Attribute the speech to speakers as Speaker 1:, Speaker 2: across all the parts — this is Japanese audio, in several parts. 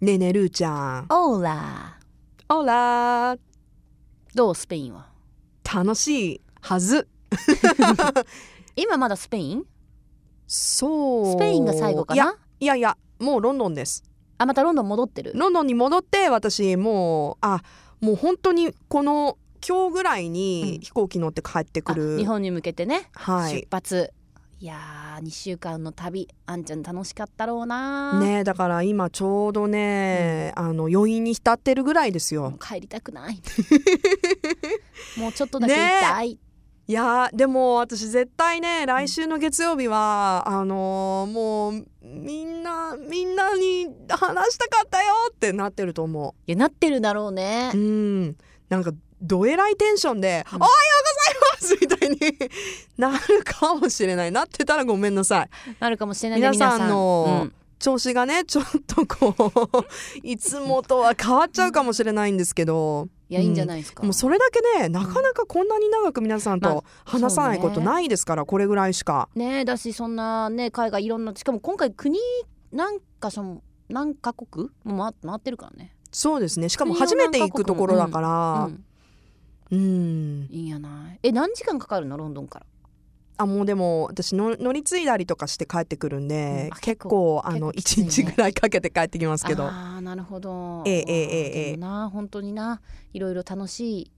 Speaker 1: ねえねえるーちゃん。
Speaker 2: オーラ
Speaker 1: オラー
Speaker 2: どうスペインは
Speaker 1: 楽しいはず。
Speaker 2: 今まだスペイン
Speaker 1: そう。
Speaker 2: スペインが最後かない
Speaker 1: やいやいや、もうロンドンです。
Speaker 2: あまたロンドン戻ってる
Speaker 1: ロンドンに戻って私もうあもう本当にこの今日ぐらいに
Speaker 2: うん
Speaker 1: 飛行機乗って帰ってく
Speaker 2: あ
Speaker 1: る、
Speaker 2: 日本に向けてね、
Speaker 1: はい
Speaker 2: 出発いやー2週間の旅あんちゃん楽しかったろうな
Speaker 1: ねだから今ちょうどね、あの余韻に浸ってるぐらいです
Speaker 2: も
Speaker 1: よ
Speaker 2: う帰りたくないもうちょっとだけ行きたい、
Speaker 1: いやーでも私絶対ね来週の月曜日は、あのーもうみんなみんなに話したかったよってなってると思
Speaker 2: いやなってるだろうね
Speaker 1: ううんなんかどえらいテンションで「
Speaker 2: うん
Speaker 1: おはようございます」みたいになるかもしれないなってたらごめんなさい
Speaker 2: なるかもしれないね
Speaker 1: 皆
Speaker 2: 皆
Speaker 1: さ
Speaker 2: さ
Speaker 1: ん
Speaker 2: ん
Speaker 1: の
Speaker 2: うん
Speaker 1: 調子がねちょっとこういつもとは変わっちゃうかもしれないんですけど
Speaker 2: いやいいんじゃないですか、
Speaker 1: もうそれだけねなかなかこんなに長く皆さん
Speaker 2: まあ
Speaker 1: と話さないことないですからこれぐらいしか。
Speaker 2: ねえだしそんなね海外いろんなしかも今回国何か所も何カ国も回回ってるからね、
Speaker 1: そうですねしかも
Speaker 2: 国の
Speaker 1: 初めて行くところだから
Speaker 2: う、ん、
Speaker 1: うん、
Speaker 2: いいんやないえ何時間かかるのロンドンから
Speaker 1: あもうでも私の乗り継いだりとかして帰ってくるんで、
Speaker 2: うんあ
Speaker 1: 結
Speaker 2: 結
Speaker 1: 構
Speaker 2: 構
Speaker 1: あの
Speaker 2: 結構きつい
Speaker 1: 1
Speaker 2: ね
Speaker 1: 日ぐらいかけて帰ってきますけど
Speaker 2: ああなるほど
Speaker 1: ええええ
Speaker 2: わあ
Speaker 1: ええ
Speaker 2: でもな本当にないろいろ楽しい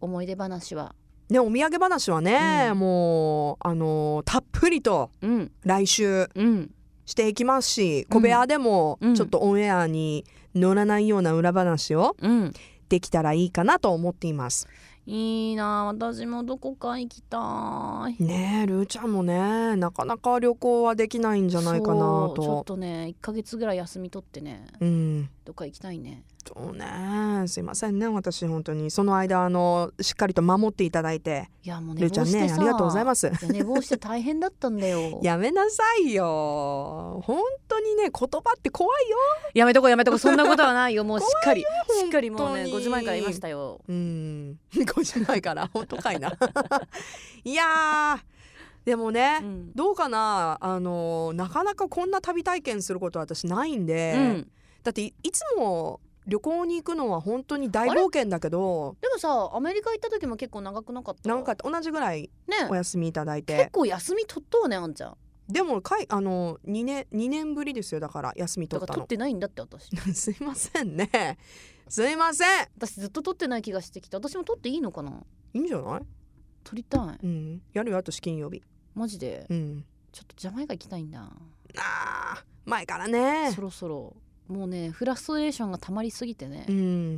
Speaker 2: 思い出話は
Speaker 1: でお土産話はね、
Speaker 2: うん
Speaker 1: もうあのたっぷりと
Speaker 2: うん
Speaker 1: 来週
Speaker 2: うん
Speaker 1: していきますし
Speaker 2: う
Speaker 1: 小
Speaker 2: ん
Speaker 1: 部屋でも
Speaker 2: うん
Speaker 1: ちょっとオンエアに乗らないような裏話を
Speaker 2: うん
Speaker 1: できたらいいかなと思っています。
Speaker 2: いいな私もどこか行きたい
Speaker 1: ねえルーちゃんもねなかなか旅行はできないんじゃないかな
Speaker 2: そうちょっ
Speaker 1: と。
Speaker 2: とね一ヶ月ぐらい休み取ってね
Speaker 1: うん
Speaker 2: どっか行きたいね
Speaker 1: そうねすいませんね私本当にその間あのしっかりと守っていただいて
Speaker 2: いやもう寝
Speaker 1: ルー
Speaker 2: 坊
Speaker 1: ちゃん
Speaker 2: して
Speaker 1: ね
Speaker 2: さ
Speaker 1: ありがとうございます。
Speaker 2: いや寝坊して大変だったんだ よ
Speaker 1: やめなさいよ本当にね言葉って怖いよ。
Speaker 2: やめとこやめとこそんなことはないよもうしっ かり
Speaker 1: 怖いよ
Speaker 2: しっかりもう
Speaker 1: 本
Speaker 2: ね
Speaker 1: 当
Speaker 2: 5
Speaker 1: に
Speaker 2: 時前からいましたよ
Speaker 1: うん、50代 から本当かいな。 いやーでもね、
Speaker 2: うん、
Speaker 1: どうかなあのなかなかこんな旅体験することは私ないんで、
Speaker 2: うん
Speaker 1: だっていいつも旅行に行くのは本当に大冒険だけど
Speaker 2: でもさアメリカ行った時も結構長くなかった
Speaker 1: なんか同じぐらいお
Speaker 2: ね
Speaker 1: 休みいただい
Speaker 2: 結
Speaker 1: て
Speaker 2: 構休み取っとうねあんちゃん
Speaker 1: でもかいあの2年二年ぶりですよだから休み取
Speaker 2: だか
Speaker 1: っ
Speaker 2: ら
Speaker 1: た
Speaker 2: 取っ
Speaker 1: の。
Speaker 2: てないんだって 私
Speaker 1: すいませんねすいません
Speaker 2: 私ずっと取ってない気がしてきた私も取っていいのかない
Speaker 1: いんじゃない、
Speaker 2: 取りたい
Speaker 1: うん、やるよあと私金曜日、
Speaker 2: マジで
Speaker 1: うん、
Speaker 2: ちょっとジャマイカ行きたいんだ
Speaker 1: あー前からね
Speaker 2: そ、ろそろもうねフラストレーションが溜まりすぎてね、
Speaker 1: うん、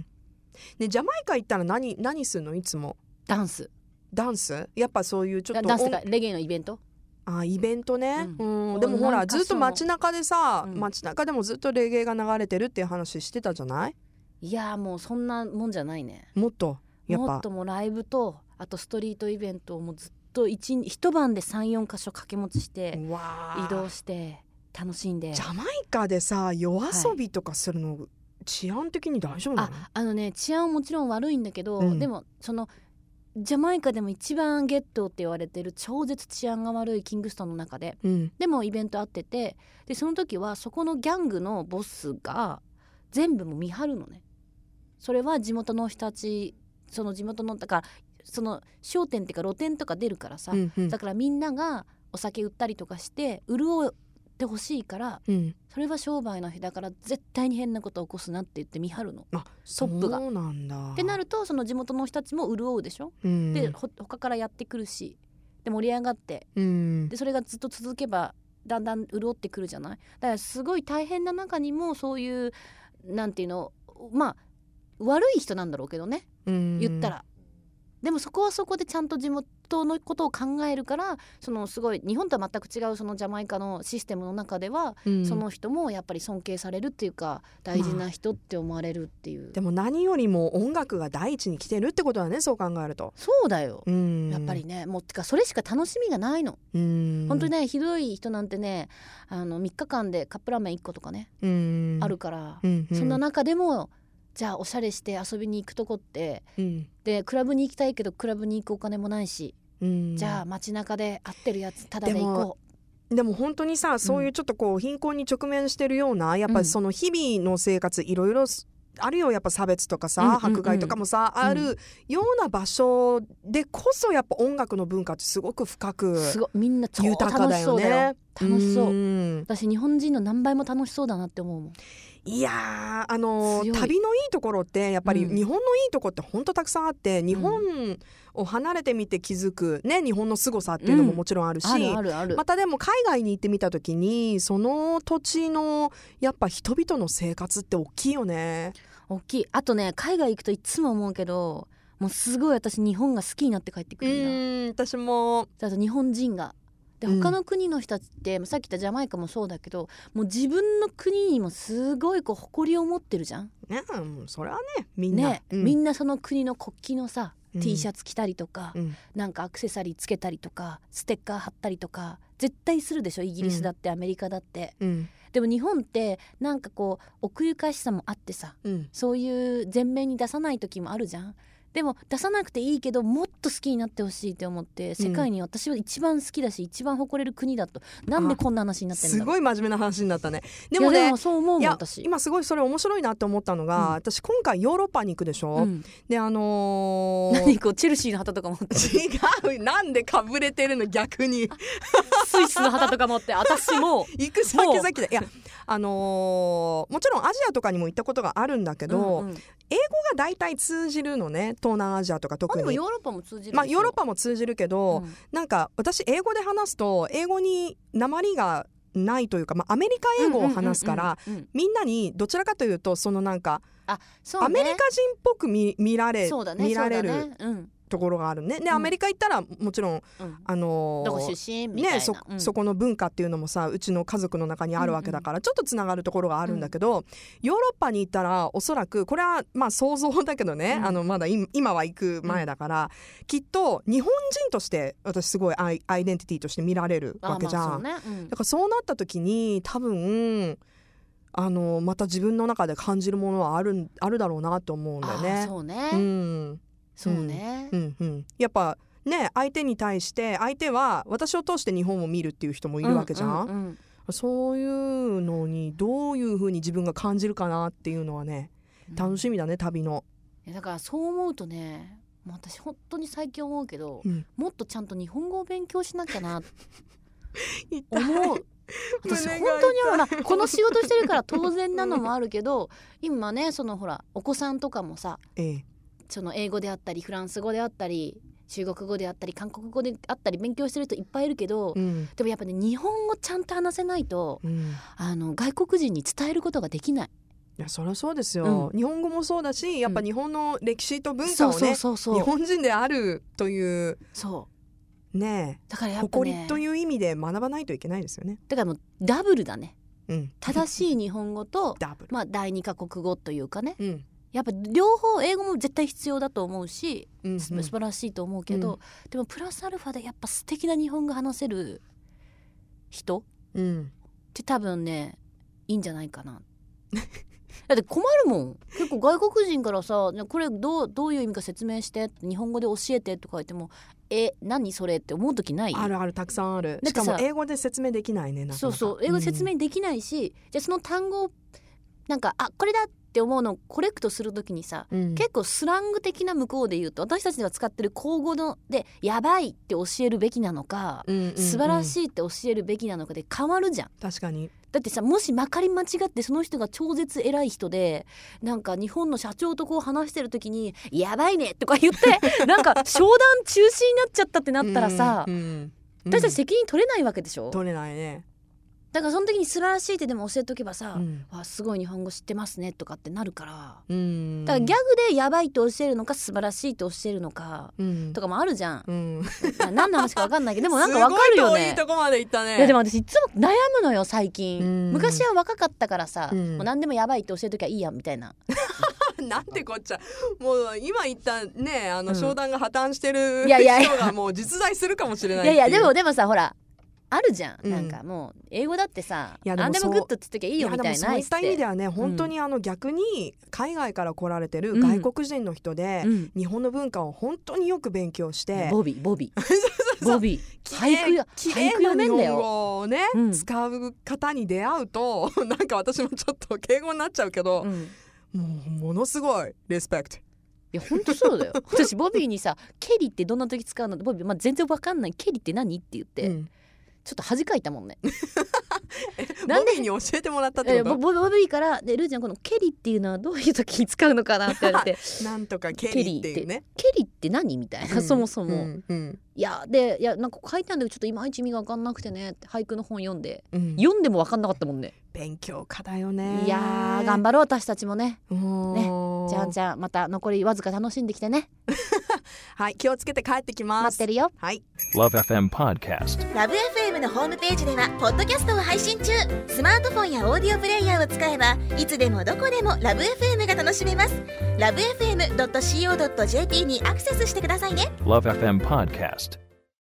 Speaker 1: ねジャマイカ行ったら何何するのいつも
Speaker 2: ダンス
Speaker 1: ダンスやっぱそういうちょっと
Speaker 2: ダンスとか
Speaker 1: 音
Speaker 2: レゲエのイベント
Speaker 1: あイベントね、う
Speaker 2: うんん
Speaker 1: でもほ
Speaker 2: な
Speaker 1: ら
Speaker 2: んか
Speaker 1: ずっと街中でさ、
Speaker 2: うん
Speaker 1: 街中でもずっとレゲエが流れてるっていう話してたじゃない
Speaker 2: いやーもうそんなもんじゃないね
Speaker 1: もっとやっ
Speaker 2: も
Speaker 1: ぱ
Speaker 2: っともうライブとあとストリートイベントをもうずっと一日一晩で34箇所掛け持ちして
Speaker 1: うわー
Speaker 2: 移動して楽しんで
Speaker 1: ジャマイカでさ夜遊びとかするの、治安的に大丈夫な
Speaker 2: あ
Speaker 1: の
Speaker 2: あのね治安もちろん悪いんだけど、
Speaker 1: うん
Speaker 2: でもそのジャマイカでも一番ゲットーって言われてる超絶治安が悪いキングストンの中で
Speaker 1: うん
Speaker 2: でもイベントあっててでその時はそこのギャングのボスが全部もう見張るのねそれは地元の人たちその地元のだからその商店っていうか露店とか出るからさ、
Speaker 1: うんうん
Speaker 2: だからみんながお酒売ったりとかして潤ってほしいから
Speaker 1: うん
Speaker 2: それは商売の日だから絶対に変なことを起こすなって言って見張るの。
Speaker 1: あ
Speaker 2: トップが
Speaker 1: そうなんだ
Speaker 2: ってなるとその地元の人たちも潤うでしょ、
Speaker 1: うん
Speaker 2: でほ他からやってくるしで盛り上がって
Speaker 1: うん
Speaker 2: でそれがずっと続けばだんだん潤ってくるじゃないだからすごい大変な中にもそういうなんていうのまあ悪い人なんだろうけどね
Speaker 1: うん
Speaker 2: 言ったら、でもそこはそこでちゃんと地元のことを考えるからそのすごい日本とは全く違うそのジャマイカのシステムの中では、
Speaker 1: うん
Speaker 2: その人もやっぱり尊敬されるっていうか大事な人って思われるっていう、
Speaker 1: でも何よりも音楽が第一に来てるってことだねそう考えると。
Speaker 2: そうだよ、
Speaker 1: うん、
Speaker 2: やっぱり、ねもうてかそれしか楽しみがないの、
Speaker 1: うん、
Speaker 2: 本当にねひどい人なんてねあの3日間でカップラーメン1個とかね、
Speaker 1: うん、
Speaker 2: あるから、
Speaker 1: うんうん、
Speaker 2: そんな中でもじゃあおしゃれして遊びに行くとこって
Speaker 1: うん、
Speaker 2: でクラブに行きたいけどクラブに行くお金もないし、
Speaker 1: うん、
Speaker 2: じゃあ街中で会ってるやつただで
Speaker 1: で
Speaker 2: 行
Speaker 1: も
Speaker 2: こ
Speaker 1: でも本当にさそういうちょっとこう貧困に直面してるようなやっぱりその日々の生活いろいろあるよやっぱ差別とか
Speaker 2: うんうんう
Speaker 1: さ
Speaker 2: ん
Speaker 1: 迫害とかもさ
Speaker 2: うん
Speaker 1: あるような場所でこそやっぱ音楽の文化ってすごく深く
Speaker 2: すごいみんな超
Speaker 1: 豊か
Speaker 2: 楽
Speaker 1: だ
Speaker 2: しそ
Speaker 1: よ
Speaker 2: うだよ
Speaker 1: ね。
Speaker 2: 楽しそう
Speaker 1: うん
Speaker 2: 私日本人の何倍も楽しそうだなって思うもん
Speaker 1: いやーあの
Speaker 2: 強い
Speaker 1: 旅のいいところってやっぱり
Speaker 2: うん
Speaker 1: 日本のいいところって本当たくさんあって日本を離れてみて気づくね日本の凄さっていうのももちろんあるし、
Speaker 2: あるあるある、
Speaker 1: またでも海外に行ってみた時にその土地のやっぱ人々の生活って大きいよね。
Speaker 2: 大きいあとね海外行くといつも思うけどもうすごい私日本が好きになって帰ってくるんだ
Speaker 1: ん私も
Speaker 2: あと日本人がで
Speaker 1: うん
Speaker 2: 他の国の人たちって、さっき言ったジャマイカもそうだけどもう自分の国にもすごいこう誇りを持ってるじゃん
Speaker 1: ねうんそれはねみんな。
Speaker 2: ね、
Speaker 1: うん
Speaker 2: みんなその国の国旗のさ、
Speaker 1: うん
Speaker 2: T シャツ着たりとか、
Speaker 1: うん
Speaker 2: なんかアクセサリーつけたりとかステッカー貼ったりとか絶対するでしょイギリスだってアメリカだって、
Speaker 1: うん
Speaker 2: でも日本ってなんかこう奥ゆかしさもあってさ
Speaker 1: うん
Speaker 2: そういう前面に出さない時もあるじゃんでも出さなくていいけどもっと好きになってほしいって思って世界に私は一番好きだし、一番誇れる国だとなんでこんな話になってるん
Speaker 1: す
Speaker 2: だろう
Speaker 1: ごい真面目な話になったね。
Speaker 2: い
Speaker 1: でも
Speaker 2: や
Speaker 1: ね
Speaker 2: そう
Speaker 1: い
Speaker 2: 思うもん
Speaker 1: や
Speaker 2: 私、
Speaker 1: 今すごいそれ面白いなって思ったの
Speaker 2: うん
Speaker 1: が、私今回ヨーロッパに行くでしょ、
Speaker 2: うん、
Speaker 1: であのー
Speaker 2: 何こうチェルシーの旗とか持って
Speaker 1: 違うなんでかぶれてるの逆に
Speaker 2: スイスの旗とか持って私も
Speaker 1: 行く先々でいやあのーもちろんアジアとかにも行ったことがあるんだけど、
Speaker 2: うんうん
Speaker 1: が大体通じるのね東南アジアとか
Speaker 2: あ
Speaker 1: 特
Speaker 2: でも
Speaker 1: に。
Speaker 2: ヨーロッパも通じるでしょ
Speaker 1: まあ、ヨーロッパも通じるけど、
Speaker 2: うん
Speaker 1: なんか私英語で話すと英語にりがないというか、まあ、アメリカ英語を話すから、
Speaker 2: うんうんうんうん、
Speaker 1: みんなにどちらかというとそのなんか
Speaker 2: あそうね
Speaker 1: アメリカ人っぽく見見られ、
Speaker 2: そうだね
Speaker 1: 見られる
Speaker 2: そうだねうん
Speaker 1: ところがあるね。で
Speaker 2: うん
Speaker 1: アメリカ行ったらもちろん、
Speaker 2: うん
Speaker 1: あのー
Speaker 2: どこ出身みたいな、
Speaker 1: ね、そ
Speaker 2: うん
Speaker 1: そこの文化っていうのもさうちの家族の中にあるわけだから、ちょっとつながるところがあるんだけど、ヨーロッパに行ったらおそらくこれはまあ想像だけどね、
Speaker 2: うん
Speaker 1: あのまだ今今は行く前だから、きっと日本人として私すごいアイアイデンティティとして見られるわけじゃん。
Speaker 2: あまあそうねうん
Speaker 1: だからそうなった時に多分あのまた自分の中で感じるものはあるあるだろうなと思うんだよ
Speaker 2: あ
Speaker 1: ね。
Speaker 2: そうね、
Speaker 1: うん
Speaker 2: そうね、
Speaker 1: うんうん、やっぱね相手に対して相手は私を通して日本を見るっていう人もいるわけじゃん、
Speaker 2: うううん
Speaker 1: そういうのにどういうふうに自分が感じるかなっていうのはね
Speaker 2: うん
Speaker 1: 楽しみだね旅の。
Speaker 2: いやだからそう思うとねもう私本当に最近思うけど、
Speaker 1: うん
Speaker 2: もっとちゃんと日本語を勉強しなきゃなって
Speaker 1: 痛い
Speaker 2: 思う私
Speaker 1: 胸が痛い
Speaker 2: 本当にほらこの仕事してるから当然なのもあるけど今ねそのほらお子さんとかもさ
Speaker 1: ええ
Speaker 2: その英語であったりフランス語であったり中国語であったり韓国語であったり勉強してる人いっぱいいるけど、
Speaker 1: うん
Speaker 2: でもやっぱね日本語ちゃんと話せないと
Speaker 1: うん、い
Speaker 2: あの外国人に伝えることができない。
Speaker 1: やそりゃそうですよ、日本語もそうだしやっぱ日本の歴史と文化をね、
Speaker 2: そうそうそう
Speaker 1: 日
Speaker 2: そう
Speaker 1: 本人であるという
Speaker 2: そう
Speaker 1: ね
Speaker 2: だからやっぱ
Speaker 1: 誇り
Speaker 2: ね
Speaker 1: という意味で学ばないといけないですよね。
Speaker 2: だからもうダブルだね
Speaker 1: うん、
Speaker 2: 正しい日本語 と
Speaker 1: ダブル、
Speaker 2: まあ第二カ国語というかね
Speaker 1: うん
Speaker 2: やっぱ両方英語も絶対必要だと思うし
Speaker 1: うんうん
Speaker 2: す素晴らしいと思うけど、でもプラスアルファでやっぱ素敵な日本語話せる人っ
Speaker 1: うん、
Speaker 2: て多分ねいいんじゃない かなだって困るもん結構外国人からさ「ねこれどうどういう意味か説明して」日本語で教えて」とか言っても「え何それ?」って思う時ない
Speaker 1: あるあるたくさんある
Speaker 2: だ
Speaker 1: し
Speaker 2: ってさ
Speaker 1: かも英語で説明できないねなかなか
Speaker 2: そうそう英語で説明できないし、じゃあその単語をなんか「あこれだ!」って思うのをコレクトする時にさ
Speaker 1: うんうん
Speaker 2: 結構スラング的な向こうで言うと私たちが使ってる口語ので「やばい」って教えるべきなのか、
Speaker 1: うんうんうん
Speaker 2: 素晴らしいって教えるべきなのかで変わるじゃん
Speaker 1: 確かに
Speaker 2: だってさもしまかり間違ってその人が超絶偉い人でなんか日本の社長とこう話してる時に「やばいね」とか言って なんか商談中止になっちゃったってなったらさ、
Speaker 1: うんうんうん
Speaker 2: 私たち責任取れないわけでしょ、
Speaker 1: 取れないね、
Speaker 2: だからその時に「素晴らしい」ってでも教えとけばさ
Speaker 1: う
Speaker 2: 「
Speaker 1: ん
Speaker 2: わすごい日本語知ってますね」とかってなるから。
Speaker 1: うん
Speaker 2: だからギャグで「やばい」って教えるのか「素晴らしい」って教えるのか
Speaker 1: うん
Speaker 2: とかもあるじゃん。
Speaker 1: うん、
Speaker 2: な何の話か分か んないけどでもなんか分かるよ
Speaker 1: すごい遠
Speaker 2: ね
Speaker 1: い。とこまで行ったね
Speaker 2: いやでも私いつも悩むのよ最
Speaker 1: う
Speaker 2: 近
Speaker 1: ん
Speaker 2: 昔は若かったからさ、
Speaker 1: うん
Speaker 2: もう何でもやばいって教えときゃいいやんみたいな
Speaker 1: なんてこっちゃもう今言ったねあ
Speaker 2: う
Speaker 1: の
Speaker 2: ん
Speaker 1: 商談が破綻してる
Speaker 2: いやいやいや
Speaker 1: 人がもう実在するかもしれないいっ
Speaker 2: や
Speaker 1: て
Speaker 2: いうやでもでもさほらあるじゃん、
Speaker 1: うん
Speaker 2: なんかもう英語だってさ
Speaker 1: いやでも
Speaker 2: 何でも
Speaker 1: そう
Speaker 2: グッとつっときゃいい
Speaker 1: い
Speaker 2: よ
Speaker 1: やで
Speaker 2: みた
Speaker 1: も
Speaker 2: いな
Speaker 1: そういった意味ではね、本当にあの逆に海外から来られてる外国人の人で、
Speaker 2: うん
Speaker 1: 日本の文化を本当によく勉強して、
Speaker 2: ボビーボビー語尾 俳句や俳句
Speaker 1: 綺麗
Speaker 2: 読めんだ
Speaker 1: な日本
Speaker 2: よ、
Speaker 1: 語をね、
Speaker 2: うん
Speaker 1: 使う方に出会うと なんか私もちょっと敬語になっちゃうけど
Speaker 2: う、ん、い
Speaker 1: もうものすごいリスペクト
Speaker 2: やほんとそうだよ 私ボビーにさ「ケリってどんな時使うの?」ってボビー、まあ、全然わかんない「ケリって何?」って言って、
Speaker 1: うん
Speaker 2: ちょっと恥かいたも んね
Speaker 1: ボビーに教えてもらったっ
Speaker 2: え
Speaker 1: て
Speaker 2: ボ
Speaker 1: こ
Speaker 2: ボボビーからで「ルーちゃんこのケリっていうのはどういう時に使うのかな?」って言 われて「
Speaker 1: となんとかケリーっていうね
Speaker 2: ケリって何?」みたいな、
Speaker 1: うん
Speaker 2: そもそも。
Speaker 1: うんうん
Speaker 2: いやでいやなんか書いてあるんだけどちょっといまいち意味が分かんなくてねって俳句の本読んで
Speaker 1: うん
Speaker 2: 読んでも分かんなかったもんね、
Speaker 1: 勉強家だよね
Speaker 2: いやー頑張ろう私たちもね
Speaker 1: 張
Speaker 2: じゃんじゃんまた残りわずか楽しんできてね
Speaker 1: はい気をつけて帰ってきま
Speaker 2: 待っ
Speaker 1: す
Speaker 2: てるよ
Speaker 1: はい
Speaker 3: Love FM Podcast.
Speaker 4: ラブ f m のホームページではポッドキャストを配信中スマートフォンやオーディオプレイヤーを使えばいつでもどこでもラブ f m が楽しめますラブ FM.co.jp にアクセスしてくださいね
Speaker 3: Love FM Podcast.